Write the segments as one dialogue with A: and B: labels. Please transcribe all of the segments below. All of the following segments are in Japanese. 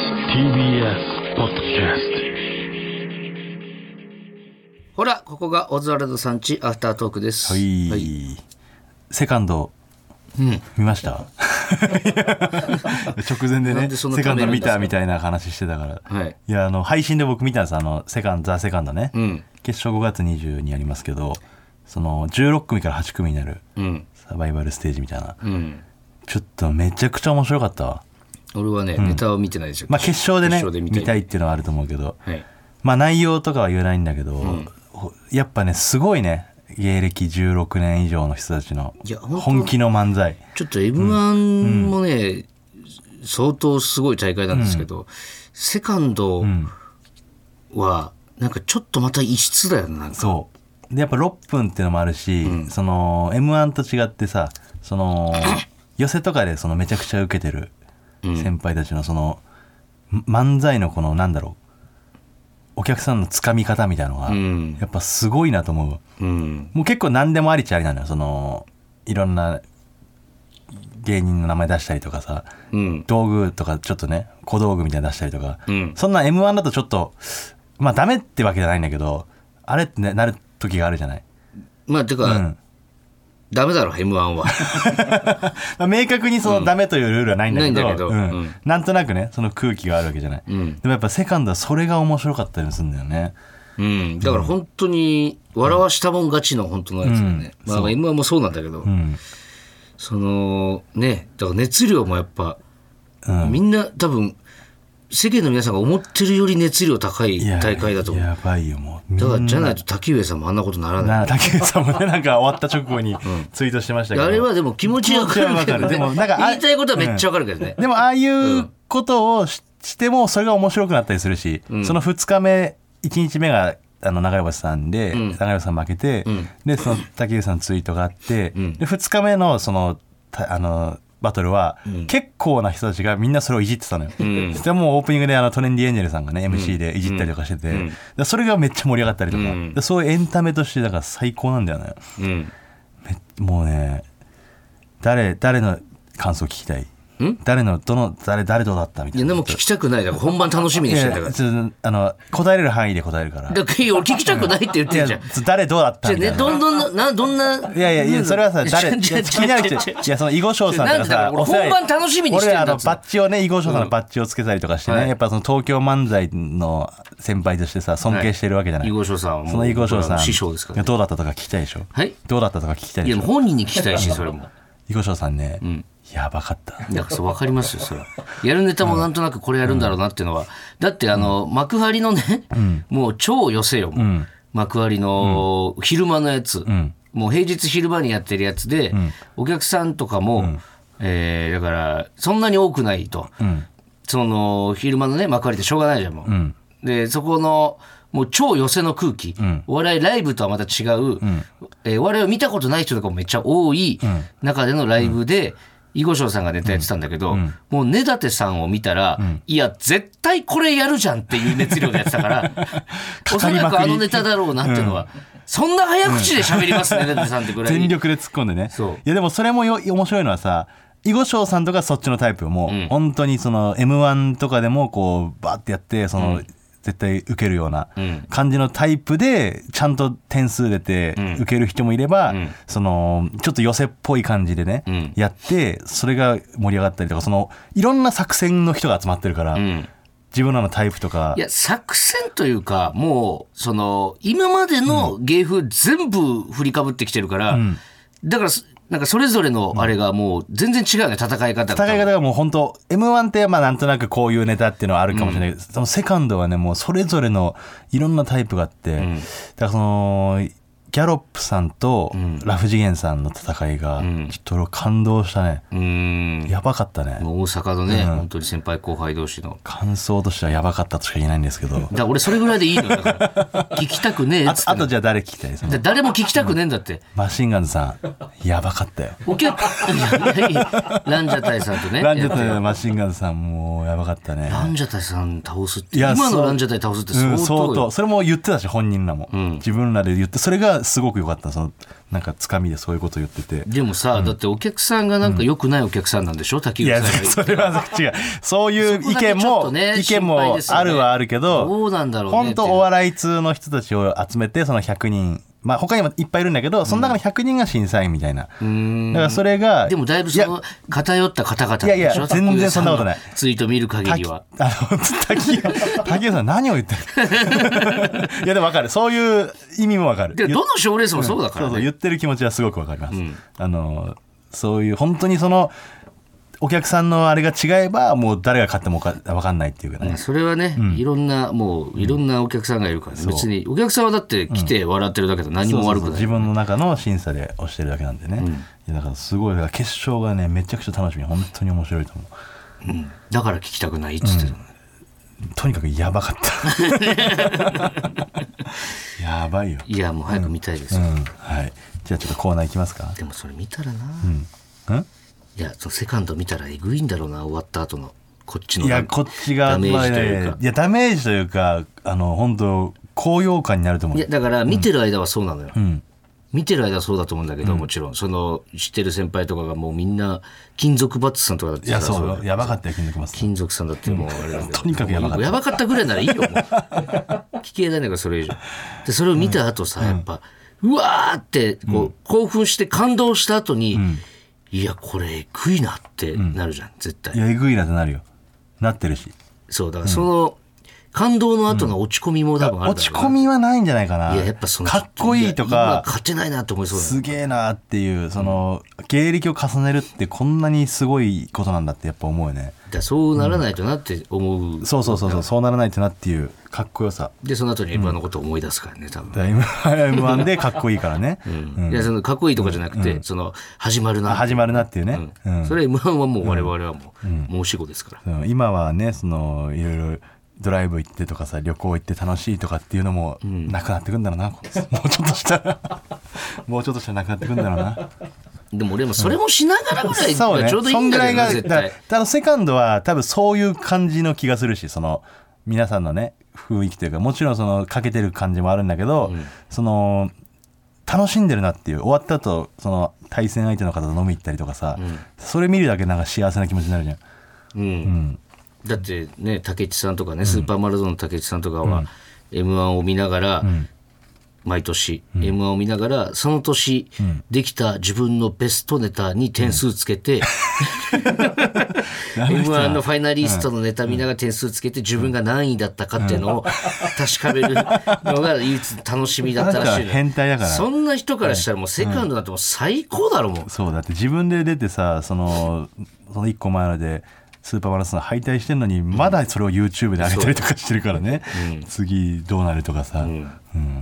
A: TBS ポッドキャス
B: ほら、ここがオズワルドさんちアフタートークです。
C: はい、
B: はい
C: セカンド、見ました 直前で
B: なん
C: ね
B: でそんな
C: セカンド見た
B: 食べるんですか
C: みたいな話してたから、
B: はい
C: やあの配信で僕見たんですあのセカンドザ・セカンドね、
B: ん
C: 決勝5月20にありますけどその16組から8組になる
B: うん。
C: サバイバルステージみたいな、
B: うん。
C: ちょっとめちゃくちゃ面白かったわ
B: 俺はね、ネタを見てないですよ。
C: まあ決勝でね
B: 決勝で見
C: 見
B: た
C: た
B: い
C: いっていうのはあると思うけど、
B: はい。
C: まあ内容とかは言えないんだけど、ほやっぱねすごいね芸歴16年以上の人たちの
B: いや本当
C: 本気の漫才
B: ちょっと M1 もね、相当すごい大会なんですけど、セカンドは、なんかちょっとまた異質だよね、なんか。
C: そうでやっぱ6分っていうのもあるし、その m 1と違ってさその寄せとかでそのめちゃくちゃ受けてる先輩たちのその、ん漫才のこのなんだろうお客さんのつかみ方みたいなのが、
B: ん
C: やっぱすごいなと思うわ
B: うん。
C: もう結構何でもありっちゃありなのよそのいろんな芸人の名前出したりとかさ
B: うん。
C: 道具とかちょっとね小道具みたいなの出したりとか、
B: うん
C: そんな m 1だとちょっとまあダメってわけじゃないんだけどあれってねなる時があるじゃない、
B: まあ、て
C: う
B: か、
C: ん
B: ダメだろ、M1 は。
C: まあ、明確にそのダメというルールはないんだけど,、
B: ないんだけど
C: う
B: うん
C: なんとなくねその空気があるわけじゃない、
B: うん
C: でもやっぱセカンドはそれが面白かったりもするんだよね
B: うん。だから本当に、笑わしたもん勝ちの本当のやつだよね。
C: うん
B: まあ、
C: そう
B: M1 もそうなんだけど、
C: うん、
B: その、ね、だから熱量もやっぱ、
C: うん、
B: みんな多分世間の皆さんが思ってるより熱量高い
C: いや
B: 大会だと思う
C: やばいよもう
B: だからじゃないと滝上さんもあんなことならない
C: な竹内さんもねなんか終わった直後にツイートしてましたけど、
B: あれはでも気持ちはわかるけど、ね、
C: 気持ちはわかるでもなんかあ
B: 言いたいことはめっちゃわかるけどね、
C: でもああいうことをししてもそれが面白くなったりするし、その2日目1日目があの永井さんで、長永井さん負けて、でその竹内さんのツイートがあって、で2日目のそのたあのバトルは、結構な人たちがみんなそれをいじってたのよ。
B: ん
C: でもうオープニングであのトレンディエンジェルさんがね MC でいじったりとかしてて、でそれがめっちゃ盛り上がったりとか、
B: うん
C: でそういうエンタメとしてだから最高なんだよね。
B: うん
C: めもうね誰誰の感想聞きたい誰のどの誰誰どうだったみたい
B: いや
C: な
B: でも聞きたくないだから本番楽しみ
C: い
B: にしてんだか
C: や
B: ら
C: ちょっとあの答えれる範囲で答えるから
B: だからいや俺聞きたくないって言っ
C: い
B: て
C: や
B: んじゃん
C: 誰どうだった
B: じゃあ
C: みたいな
B: ねどんどんななどんない
C: やいやいやそれはさ誰い
B: ちょ
C: や
B: ち
C: 気
B: ょ
C: になる人
B: ち
C: い
B: ょちょ
C: やその囲碁将さんとかさ
B: なんでだろう
C: お世話に
B: 本番楽しみにしてん
C: 俺
B: だ
C: あの
B: つまり
C: バッジをね囲碁将さんのバッジをつけたりとかして
B: は
C: ね
B: い
C: やっぱその東京漫才の先輩としてさ尊敬してるわけじゃない
B: 囲碁将さんはもう
C: その囲碁将
B: 僕ら
C: さん
B: の師匠ですからね
C: どうだったとか聞きたいでしょ
B: はい
C: どうだったとか聞きたい
B: い
C: で
B: や
C: し
B: もう
C: ょ
B: 本人に聞きたいしそれも
C: 囲碁将さんねやばかった
B: だからそう分かりますよそれはやるネタもなんとなくこれやるんだろうなっていうのは、だってあの幕張のね、もう超寄せよ、もう幕張の昼間のやつ、もう平日昼間にやってるやつで、お客さんとかも、えーだからそんなに多くないと、その昼間のね幕張ってしょうがないじゃんもう、でそこのもう超寄せの空気、お笑いライブとはまた違う、えーお笑いを見たことない人とかもめっちゃ多い中でのライブで、囲碁将さんがネタやってたんだけど、もう根建さんを見たら、いや絶対これやるじゃんっていう熱量でやってたから おそ
C: りまくり
B: らくあのネタだろうなっていうのは、そんな早口で喋りますね根建さんってぐらい
C: 全力で突っ込んでね
B: そう
C: やでもそれもよ面白いのはさ囲碁将さんとかそっちのタイプも、
B: ん
C: 本当にその m 1とかでもこうバーってやってその、絶対受けるような
B: うん
C: 感じのタイプでちゃんと点数出て
B: ん
C: 受ける人もいれば、
B: ん
C: そのちょっと寄せっぽい感じでね、
B: うん
C: やってそれが盛り上がったりとかそのいろんな作戦の人が集まってるから、
B: うん
C: 自分らのタイプとか
B: いや、作戦というか、もう、その、今までの芸風全部振りかぶってきてるから、だからそ、なんかそれぞれのあれがもう全然違うね、戦い方が。
C: 戦い方がもう本当 m 1ってまあなんとなくこういうネタっていうのはあるかもしれないけど、そのセカンドはねもうそれぞれのいろんなタイプがあって、だからそのギャロップさんとラフ次元さんの戦いがちょっと俺感動したね、
B: うーん。
C: やばかったね、
B: もう大阪のね、本当に先輩後輩同士の。
C: 感想としてはやばかったとしか言えないんですけど
B: だから俺それぐらいでいいのよ。だ から聞きたくねえっ
C: あ
B: つ
C: と
B: ってん
C: あ
B: の。
C: とじゃあ誰聞きたいです
B: だ誰も聞きたくねえんだって。
C: マシンガンズさんやばかったよ
B: お客、 いや何ランジャタイさんとね。
C: ランジャ
B: やって
C: タイマシンガンズさんもうやばかったね
B: ランジャタイさん倒すって、
C: いや
B: 今
C: そ
B: の
C: う
B: ランジャタイ倒すって
C: う
B: 相
C: ん、
B: 当よ
C: 相当それも言ってたし本人らも、自分らで言ってそれがはすごく良かったそのなんかつかみでそういうこと言ってて
B: でもさ、だってお客さんがなんか良くないお客さんなんでしょ竹
C: い
B: 内さ
C: や
B: んが言っ て
C: それは違うそういう意見
B: そこだけちょっ
C: も、
B: とね
C: 意見
B: 心配
C: も
B: ですよね
C: あるはあるけど
B: どうなんだろうね
C: 本当お笑い通の人たちを集めてその100人まあ他にもいっぱいいるんだけどその中の100人が審査員みたいな、だからそれが
B: でもだいぶ
C: い
B: そ
C: や
B: の偏った方々なんでしょ
C: いやいや全然そんなことない
B: 竹内さんのツイート見る限りは。
C: あの、 滝谷、滝谷さん何を言ってる いやでもわかる。そういう意味もわかる。
B: で
C: 言っ
B: どの賞レースもそうだか
C: そ
B: ら
C: うそう
B: ね。
C: 言ってる気持ちはすごくわかります。あの、そういう、本当にその、お客さんのあれが違えば、もう誰が勝ってもわかわかんないっていうか
B: うん
C: ね。
B: それはね、いろんなもういろんなお客さんがいるからね、別にお客さんはだって来て笑ってるだけで何
C: そう
B: も
C: そう
B: 悪
C: そ
B: く
C: う
B: ない
C: 自分の中の審査で押してるだけなんでね、いやだからすごいだから決勝がねめちゃくちゃ楽しみ本当に面白いと思う
B: だから聞きたくないっつってたの
C: とにかくやばかった やばいよ、
B: いやもう早く見たいです
C: う
B: よ、
C: んはい、じゃあちょっとコーナーいきますか
B: でもそれ見たらな、
C: うん
B: いやそのセカンド見たらえぐいんだろうな終わった後のこっちの
C: いや、こっちが、
B: ダメージという
C: まあ
B: か
C: ねいや、ダメージというか、あの、本当高揚感になると思
B: いうや。だから見てる間はそうなのよ、
C: ん
B: 見てる間はそうだと思うんだけど、もちろんその知ってる先輩とかがもうみんな金属バッツさんとかだって
C: い
B: さ
C: や、そう
B: だ
C: よ。やばかったよ、金属マス
B: 金属さんだってもうあれだけど
C: とにかくやばかった
B: もうやばかったぐらいならいいよ もう聞きえないんだからそれ以上でそれを見た後さ、やっぱうわーってこう、興奮して感動した後に、いやこれえぐいなってなるじゃん、絶対
C: いや、えぐいなってなるよ。なってるし。
B: そうだからその、感動の後の落ち込みも多分あるだろうな
C: 落ち込みはないんじゃないかな。
B: いややっぱその
C: かっこいいと
B: や今
C: か、
B: 勝てないなって思いそうだ
C: すげえなっていう、その、芸歴を重ねるってこんなにすごいことなんだってやっぱ思うよね。
B: だからそうならないとなって思う。
C: そうそうそうそう、そうならないとなっていう、かっこよさ。
B: で、その後に M1 のことを思い出すからね、多分。
C: だ M1 でかっこいいからね。うん
B: いや、その、かっこいいとかじゃなくて、その、始まるな。
C: 始まるなっていうね。うん
B: それ M1 はもう我々はもう、申し子ですから。
C: うん今はねそのいろいろドライブ行ってとかさ旅行行って楽しいとかっていうのもなくなってくんだろうな、 もうちょっとした らもうちょっとしたらなくなってくんだろうな
B: でも俺 もそれもしながらぐらい
C: そう
B: が
C: ね
B: ちょうどいい
C: そん
B: ん
C: ぐら
B: だけ
C: い
B: どな、
C: が
B: 絶
C: だ
B: 対。
C: ただセカンドは多分そういう感じの気がするしその皆さんのね雰囲気というかもちろんそのかけてる感じもあるんだけど、その楽しんでるなっていう終わった後その対戦相手の方と飲み行ったりとかさ、それ見るだけでなんか幸せな気持ちになるじゃん。
B: うん。だってね、竹内さんとかね、スーパーマラドーンの竹内さんとかは、M1 を見ながら、毎年、M1 を見ながら、その年、できた自分のベストネタに点数つけて、
C: あの人は
B: M1 のファイナリストのネタ見ながら点数つけて自分が何位だったかっていうのを確かめるのが唯一楽しみだったらしい
C: あなた
B: の
C: は変態だから
B: そんな人からしたらもうセカンドなんてもう最高だろもう
C: そうだって自分で出てさそのその1個前のでスーパーマラソン敗退してんのにまだそれを YouTube で上げたりとかしてるからね、次どうなるとかさ、うん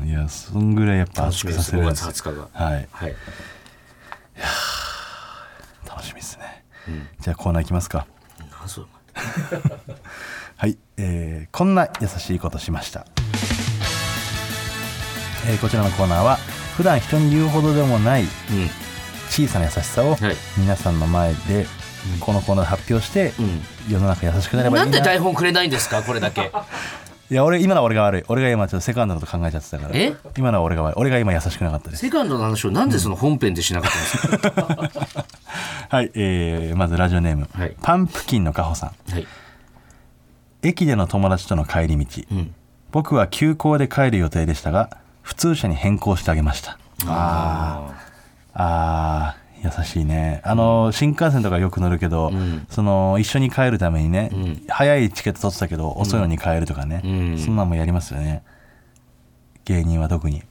C: いやそんぐらいやっぱ圧縮させる
B: 5
C: んで
B: 月
C: す
B: 20日が
C: はい
B: はい
C: 楽しみですね、じゃあコーナーいきますか
B: なんそれ
C: はい、えーこんな優しいことしました、えーこちらのコーナーは普段人に言うほどでもない
B: お
C: 小
B: 前
C: さな優しさを
B: はい
C: 皆さんの前でこのコーナーで発表して
B: ん
C: 世の中優しくなれ
B: うん
C: ばいい
B: なんで
C: な
B: 台本くれないんですかこれだけ
C: いや俺今のは俺が悪い俺が今ちょっとセカンドのこと考えちゃってたから
B: え
C: 今のは俺が悪い俺が今優しくなかったです
B: セカンドの話をなんでその本編でしなかったんですか
C: はい、えー、まずラジオネーム、
B: はい
C: パンプキンのかほさん
B: はい
C: 駅での友達との帰り道、僕は急行で帰る予定でしたが普通車に変更してあげましたあー優しいねあの新幹線とかよく乗るけど、その一緒に帰るためにね、早いチケット取ってたけど遅いのに帰るとかね、
B: うん
C: そんなんもやりますよね芸人は特に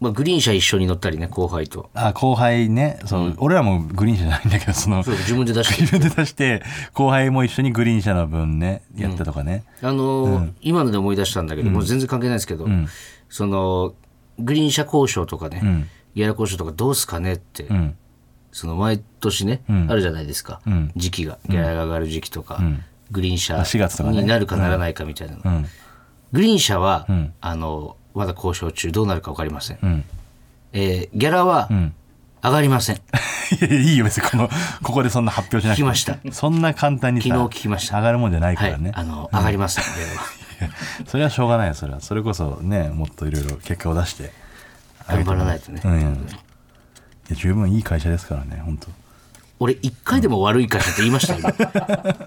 B: まあグリーン車一緒に乗ったりね後輩と
C: あ後輩ねそう、俺らもグリーン車じゃないんだけどその
B: そう自分で出して
C: 自分で出して後輩も一緒にグリーン車の分ねやったとかね、
B: あのー今ので思い出したんだけど、もう全然関係ないですけど、そのグリーン車交渉とかね、ギャラ交渉とかどうすかねって、
C: ん
B: その毎年ね、あるじゃないですか、時期がギャラが上がる時期とか、グリーン車
C: 4月とかね
B: になるかならないかみたいなの、グリーン車は、あのまだ交渉中どうなるか分かりません、えーギャラは上がりません、
C: いやいやいいよ別にこのここでそんな発表しなくて
B: 聞きました
C: そんな簡単にさ
B: 昨日聞きました
C: 上がるもんじゃないか
B: は
C: ら
B: い
C: ね、
B: あの上がりません、ギャラは
C: それはしょうがないよそれはそれこそねもっといろいろ結果を出して
B: 頑張らないとね。
C: うん、いや十分いい会社ですからね本当
B: 俺一回でも悪い会社って言いまし た今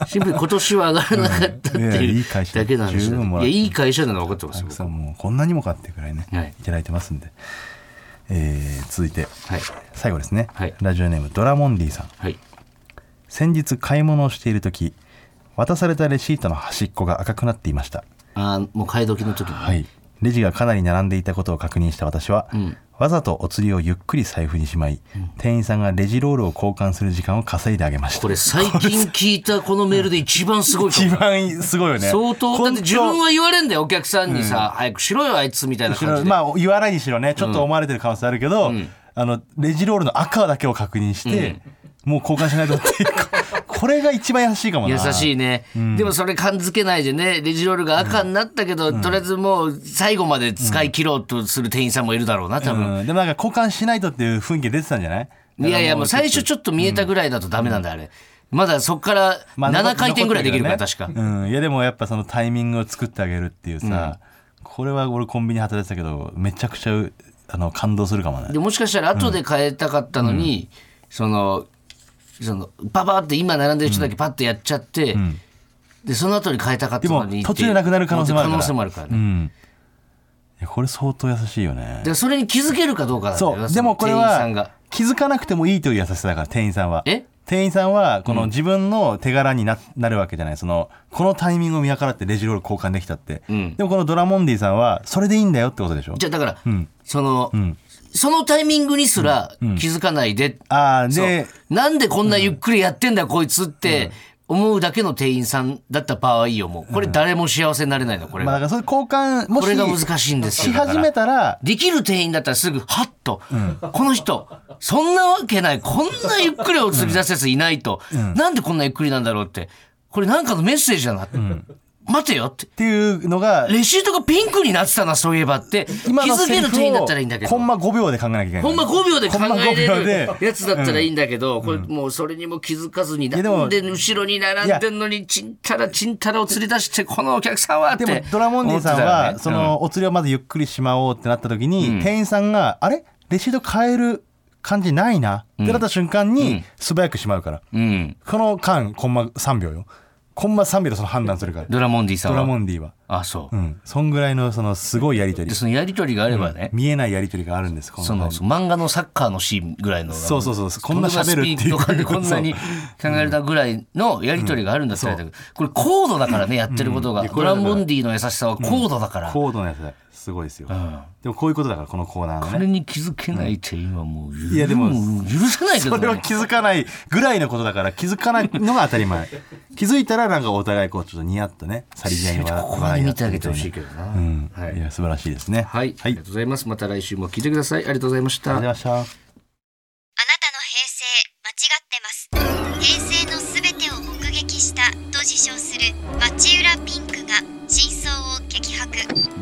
B: シンプルに今年は上がらなかったって
C: うんいやい
B: い
C: いう会社
B: だけなんです
C: 十
B: よ。
C: 分も
B: い
C: ら
B: や
C: って
B: いい会社なの分かってます
C: た
B: よ
C: く。さんもうこんなにもかっていうくらいね、
B: はい
C: い、ただいてますんで、えー続いて
B: はい
C: 最後ですね、
B: はい
C: ラジオネームドラモンディさん
B: はい。
C: 先日買い物をしている時渡されたレシートの端っこが赤くなっていました
B: あーもう買い時の時に、
C: はいレジがかなり並んでいたことを確認した私は、
B: ん
C: わざとお釣りをゆっくり財布にしまい、店員さんがレジロールを交換する時間を稼いであげました
B: これ最近聞いたこのメールで一番すごいと
C: 一
B: 思う。
C: 番すごいよね
B: 相当だ
C: 本
B: っ
C: 当
B: て自分は言われんだよお客さんにさ、早くしろよあいつみたいな感じで、
C: まあ言わないにしろねちょっと思われてる可能性あるけど、あのレジロールの赤だけを確認して、もう交換しないとっていうこ れが一番優しいかもな
B: 優しいね、でもそれ感づけないでねレジロールが赤になったけど、とりあえずもう最後まで使い切ろうとする店員さんもいるだろうな多分、
C: うん、でもなんか交換しないとっていう雰囲気出てたんじゃない
B: いやいやもう最初ちょっと見えたぐらいだとダメなんだあれ、まだそっから
C: まあ残っ
B: 7回転ぐらいできるから
C: 残って
B: 確か、
C: るよねうん、いやでもやっぱそのタイミングを作ってあげるっていうさ、これは俺コンビニ働いてたけどめちゃくちゃあの感動するかもね
B: でもしかしたら後で変えたかったのに、そのそのパパって今並んでる人だけパッとやっちゃって、でその後に変えたかったの
C: で
B: に
C: も途中でなくなる可能性もあるから
B: 可能性もあるからね、
C: うんいやこれ相当優しいよね
B: でそれに気づけるかどうかなんだよ
C: そう
B: その
C: でもこれ
B: 店員さんが
C: は気づかなくてもいいという優しさだから店員さんは
B: え
C: 店員さんはこの自分の手柄にななるわけじゃないそのこのタイミングを見計らってレジロール交換できたって、
B: ん
C: でもこのドラモンディさんはそれでいいんだよってことでしょ
B: じゃあだから、その、そのタイミングにすら気づかないで、
C: ああ
B: そう
C: で
B: なんでこんなゆっくりやってんだ、こいつって思うだけの店員さんだった場合よもうこれ誰も幸せになれないのこれ
C: まあ、だ
B: が、
C: からそれ交換もし
B: これが難しいんですよだから
C: し始めたら
B: できる店員だったらすぐハッと、この人そんなわけないこんなゆっくりを釣り出すやついないと、なんでこんなゆっくりなんだろうってこれなんかのメッセージだなって、待てよって
C: っていうのが
B: レシートがピンクになってたなそういえばって気
C: 今の
B: づ
C: セ
B: け
C: リ
B: る店員
C: フ
B: だ
C: を
B: ったらいいんだけど
C: コンマ5秒で考えなきゃいけない
B: ほんま5秒で考え
C: ほんま5
B: れ
C: 秒
B: る
C: で
B: やつだったらいいんだけど、これもうそれにも気づかずに、
C: やでも
B: なんで後ろに並んでんのに、ちんたらちんたらを釣り出して、このお客さんはって
C: でもドラモンディさん
B: 思ってたよ
C: は
B: ね
C: そのお釣りをまずゆっくりしまおうってなった時に店員さんが「あれレシート変える感じないな」ってなった瞬間に素早くしまうから
B: うん、うん
C: この間コンマ3秒よコンマ3秒でその判断するから
B: ドラモンディさん
C: ド
B: は。
C: ラモンディは
B: あ、そう、
C: うんそんぐらいのそのすごいやり取
B: で、
C: り
B: そのやりとりがあればね、
C: 見えないやり取りがあるんですこ
B: その
C: の
B: そう漫画のサッカーのシーンぐらいの。
C: そうそうそうこんな喋るっていう
B: とかでこんなに考えるたぐらいのやりとりがあるんだったら、これ高度だからね、やってることが。
C: うんいやこ
B: ド
C: れは
B: ラ
C: だから
B: モンディの優しさは高度だから。
C: 高度のやつだすごいですよでもこういうことだからこのコーナーの
B: こ
C: ね
B: れに気づけない店員はもう、
C: いやでも
B: う許せないけど
C: そ
B: ね
C: れは気づかないぐらいのことだから気づかないのが当たり前 気づいたらなんかお互いこうちょっとニヤッとねさりげに笑
B: ここま
C: 笑
B: で
C: い合
B: 見
C: って
B: てあげてほしい
C: み
B: け
C: た
B: どな。
C: いなうん
B: はい
C: いや素晴らしいですね
B: はい、あ
C: は
B: り
C: い
B: がとうございます。また来週も聞いてください。ありがとうございまし
C: ありがとうご
B: た
C: ざい。ました
D: あなたの平成間違ってます平成のすべてを目撃したと自称する町浦ピンクが真相を激白